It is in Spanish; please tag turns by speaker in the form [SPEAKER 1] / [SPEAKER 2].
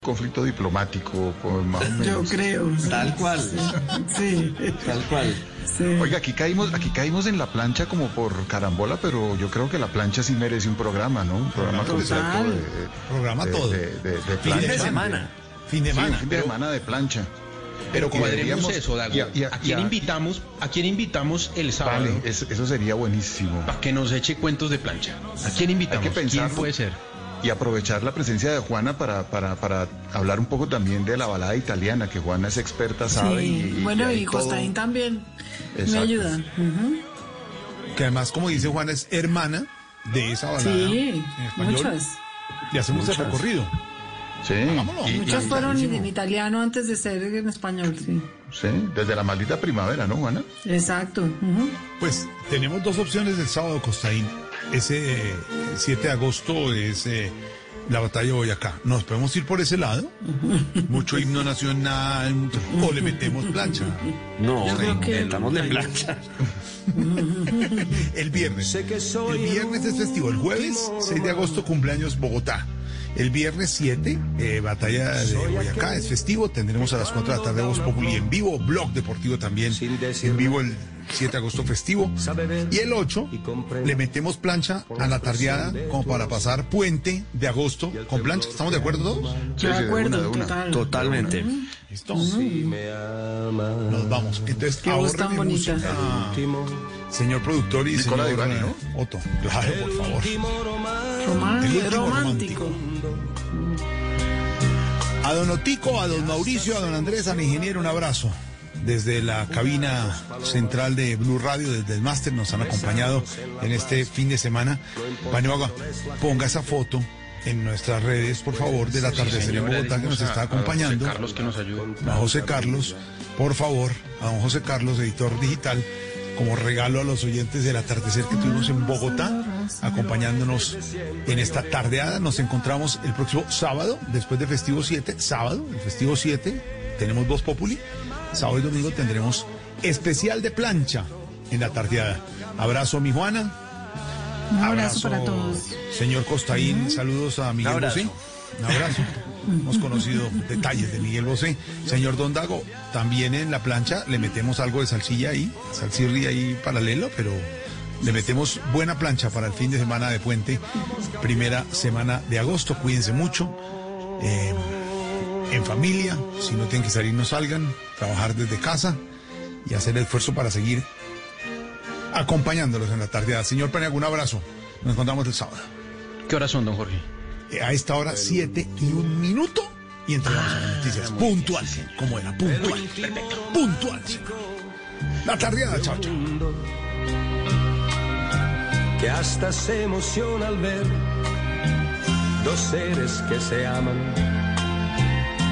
[SPEAKER 1] conflicto diplomático, pues, más o
[SPEAKER 2] Yo
[SPEAKER 1] menos.
[SPEAKER 2] creo. sí.
[SPEAKER 3] Tal cual,
[SPEAKER 2] Sí,
[SPEAKER 3] tal cual.
[SPEAKER 2] sí.
[SPEAKER 1] Oiga, aquí caímos, aquí caímos en la plancha como por carambola, pero yo creo que la plancha sí merece un programa, ¿no? Un programa
[SPEAKER 2] Total.
[SPEAKER 1] completo de,
[SPEAKER 4] Programa
[SPEAKER 1] de-
[SPEAKER 4] todo.
[SPEAKER 1] de, de- de
[SPEAKER 4] Fin
[SPEAKER 1] plancha.
[SPEAKER 4] de semana. Fin de
[SPEAKER 1] Sí, un
[SPEAKER 4] semana.
[SPEAKER 1] fin de semana de plancha.
[SPEAKER 3] Pero
[SPEAKER 1] Y
[SPEAKER 3] como
[SPEAKER 1] deberíamos-
[SPEAKER 3] eso, Dago,
[SPEAKER 1] y a- y a-
[SPEAKER 3] ¿a
[SPEAKER 1] y
[SPEAKER 3] quién
[SPEAKER 1] a-
[SPEAKER 3] invitamos? ¿A quién invitamos el sábado
[SPEAKER 1] Vale,
[SPEAKER 4] eh,
[SPEAKER 1] es- eso sería buenísimo.
[SPEAKER 3] para que nos eche cuentos de plancha? ¿A quién invitamos?
[SPEAKER 1] Hay que pensarlo.
[SPEAKER 3] ¿Quién puede ser?
[SPEAKER 1] Y aprovechar la presencia de Juana para, para, para hablar un poco también de la balada italiana, que Juana es experta, sabe.
[SPEAKER 2] Sí.
[SPEAKER 1] y- y-
[SPEAKER 2] bueno,
[SPEAKER 1] hay
[SPEAKER 2] y Costaín
[SPEAKER 1] todo.
[SPEAKER 2] también me
[SPEAKER 1] Exacto.
[SPEAKER 2] ayudan. Ujú.
[SPEAKER 4] Que además, como dice Juan, es hermana de esa balada.
[SPEAKER 2] Sí,
[SPEAKER 4] en español.
[SPEAKER 2] muchas.
[SPEAKER 4] Y hacemos el
[SPEAKER 1] Muchas.
[SPEAKER 4] recorrido.
[SPEAKER 1] Sí.
[SPEAKER 4] Vámonos.
[SPEAKER 1] y-
[SPEAKER 2] Muchas
[SPEAKER 1] y-
[SPEAKER 2] fueron en,
[SPEAKER 1] clarísimo.
[SPEAKER 2] en italiano antes de ser en español, sí.
[SPEAKER 1] Sí, desde la maldita primavera, ¿no, Juana?
[SPEAKER 2] Exacto. ujú.
[SPEAKER 4] Pues tenemos dos opciones del sábado, Costaín. Ese eh, 7 de agosto es eh, la batalla de Boyacá. Nos podemos ir por ese lado. Mucho himno nacional. mucho- O le metemos plancha.
[SPEAKER 3] No,
[SPEAKER 2] Yo creo que-
[SPEAKER 3] inventámosle plancha.
[SPEAKER 4] El viernes. el viernes es festivo. El jueves, 6 de agosto, cumpleaños Bogotá. El viernes 7, eh, batalla de Boyacá, es festivo. Tendremos a las 4 de la tarde Voz Populi en vivo, Blog Deportivo también en vivo el 7 de agosto festivo. Y el 8, le metemos plancha a la tardeada como para pasar puente de agosto con plancha. ¿Estamos de acuerdo todos?
[SPEAKER 1] sí,
[SPEAKER 2] Yo de
[SPEAKER 1] de una,
[SPEAKER 2] acuerdo,
[SPEAKER 1] de una.
[SPEAKER 2] total.
[SPEAKER 3] Totalmente.
[SPEAKER 4] Listo. Nos vamos. Entonces,
[SPEAKER 2] Qué voz tan
[SPEAKER 4] ahórreme
[SPEAKER 2] bonita.
[SPEAKER 4] música, Señor productor y
[SPEAKER 1] Nicola Di
[SPEAKER 4] señor
[SPEAKER 1] Vanni, ¿no?
[SPEAKER 4] eh, Otto. Claro, por favor.
[SPEAKER 2] Román-
[SPEAKER 4] El último
[SPEAKER 2] romántico.
[SPEAKER 4] A don Otico, a don Mauricio, a don Andrés, al ingeniero, un abrazo. Desde la cabina central de Blue Radio, desde el máster, nos han acompañado en este fin de semana. Paniagua, ponga esa foto en nuestras redes, por favor, del atardecer en Bogotá que nos
[SPEAKER 5] ah,
[SPEAKER 4] está acompañando.
[SPEAKER 3] A Carlos que nos ayude.
[SPEAKER 4] A José Carlos, por favor, a don José Carlos, editor digital, como regalo a los oyentes del atardecer que tuvimos en Bogotá, acompañándonos en esta tardeada. Nos encontramos el próximo sábado, después de Festivo 7, sábado, el Festivo 7, tenemos Voz Populi. Sábado y domingo tendremos especial de plancha en la tardeada. Abrazo, mi Juana.
[SPEAKER 2] Un abrazo para todos.
[SPEAKER 4] Señor Costaín, saludos a Miguel
[SPEAKER 3] Un abrazo.
[SPEAKER 4] Bosé. Un abrazo. Hemos conocido detalles de Miguel Bosé. Señor Don Dago, también en la plancha le metemos algo de salsilla ahí, salsirri ahí paralelo, pero le metemos buena plancha para el fin de semana de puente, primera semana de agosto. Cuídense mucho. eh, en familia, si no tienen que salir, no salgan. Trabajar desde casa y hacer el esfuerzo para seguir acompañándolos en la tarde. Señor Paniagua, un abrazo. Nos encontramos el sábado.
[SPEAKER 3] ¿Qué horas son, don Jorge?
[SPEAKER 4] Eh, A esta hora, 7 y un minuto. Y entregamos a las noticias. Puntual, como era, puntual. Perfecto. Puntual, señor. La tardeada, chao, chao.
[SPEAKER 5] que hasta se emociona al ver dos seres que se aman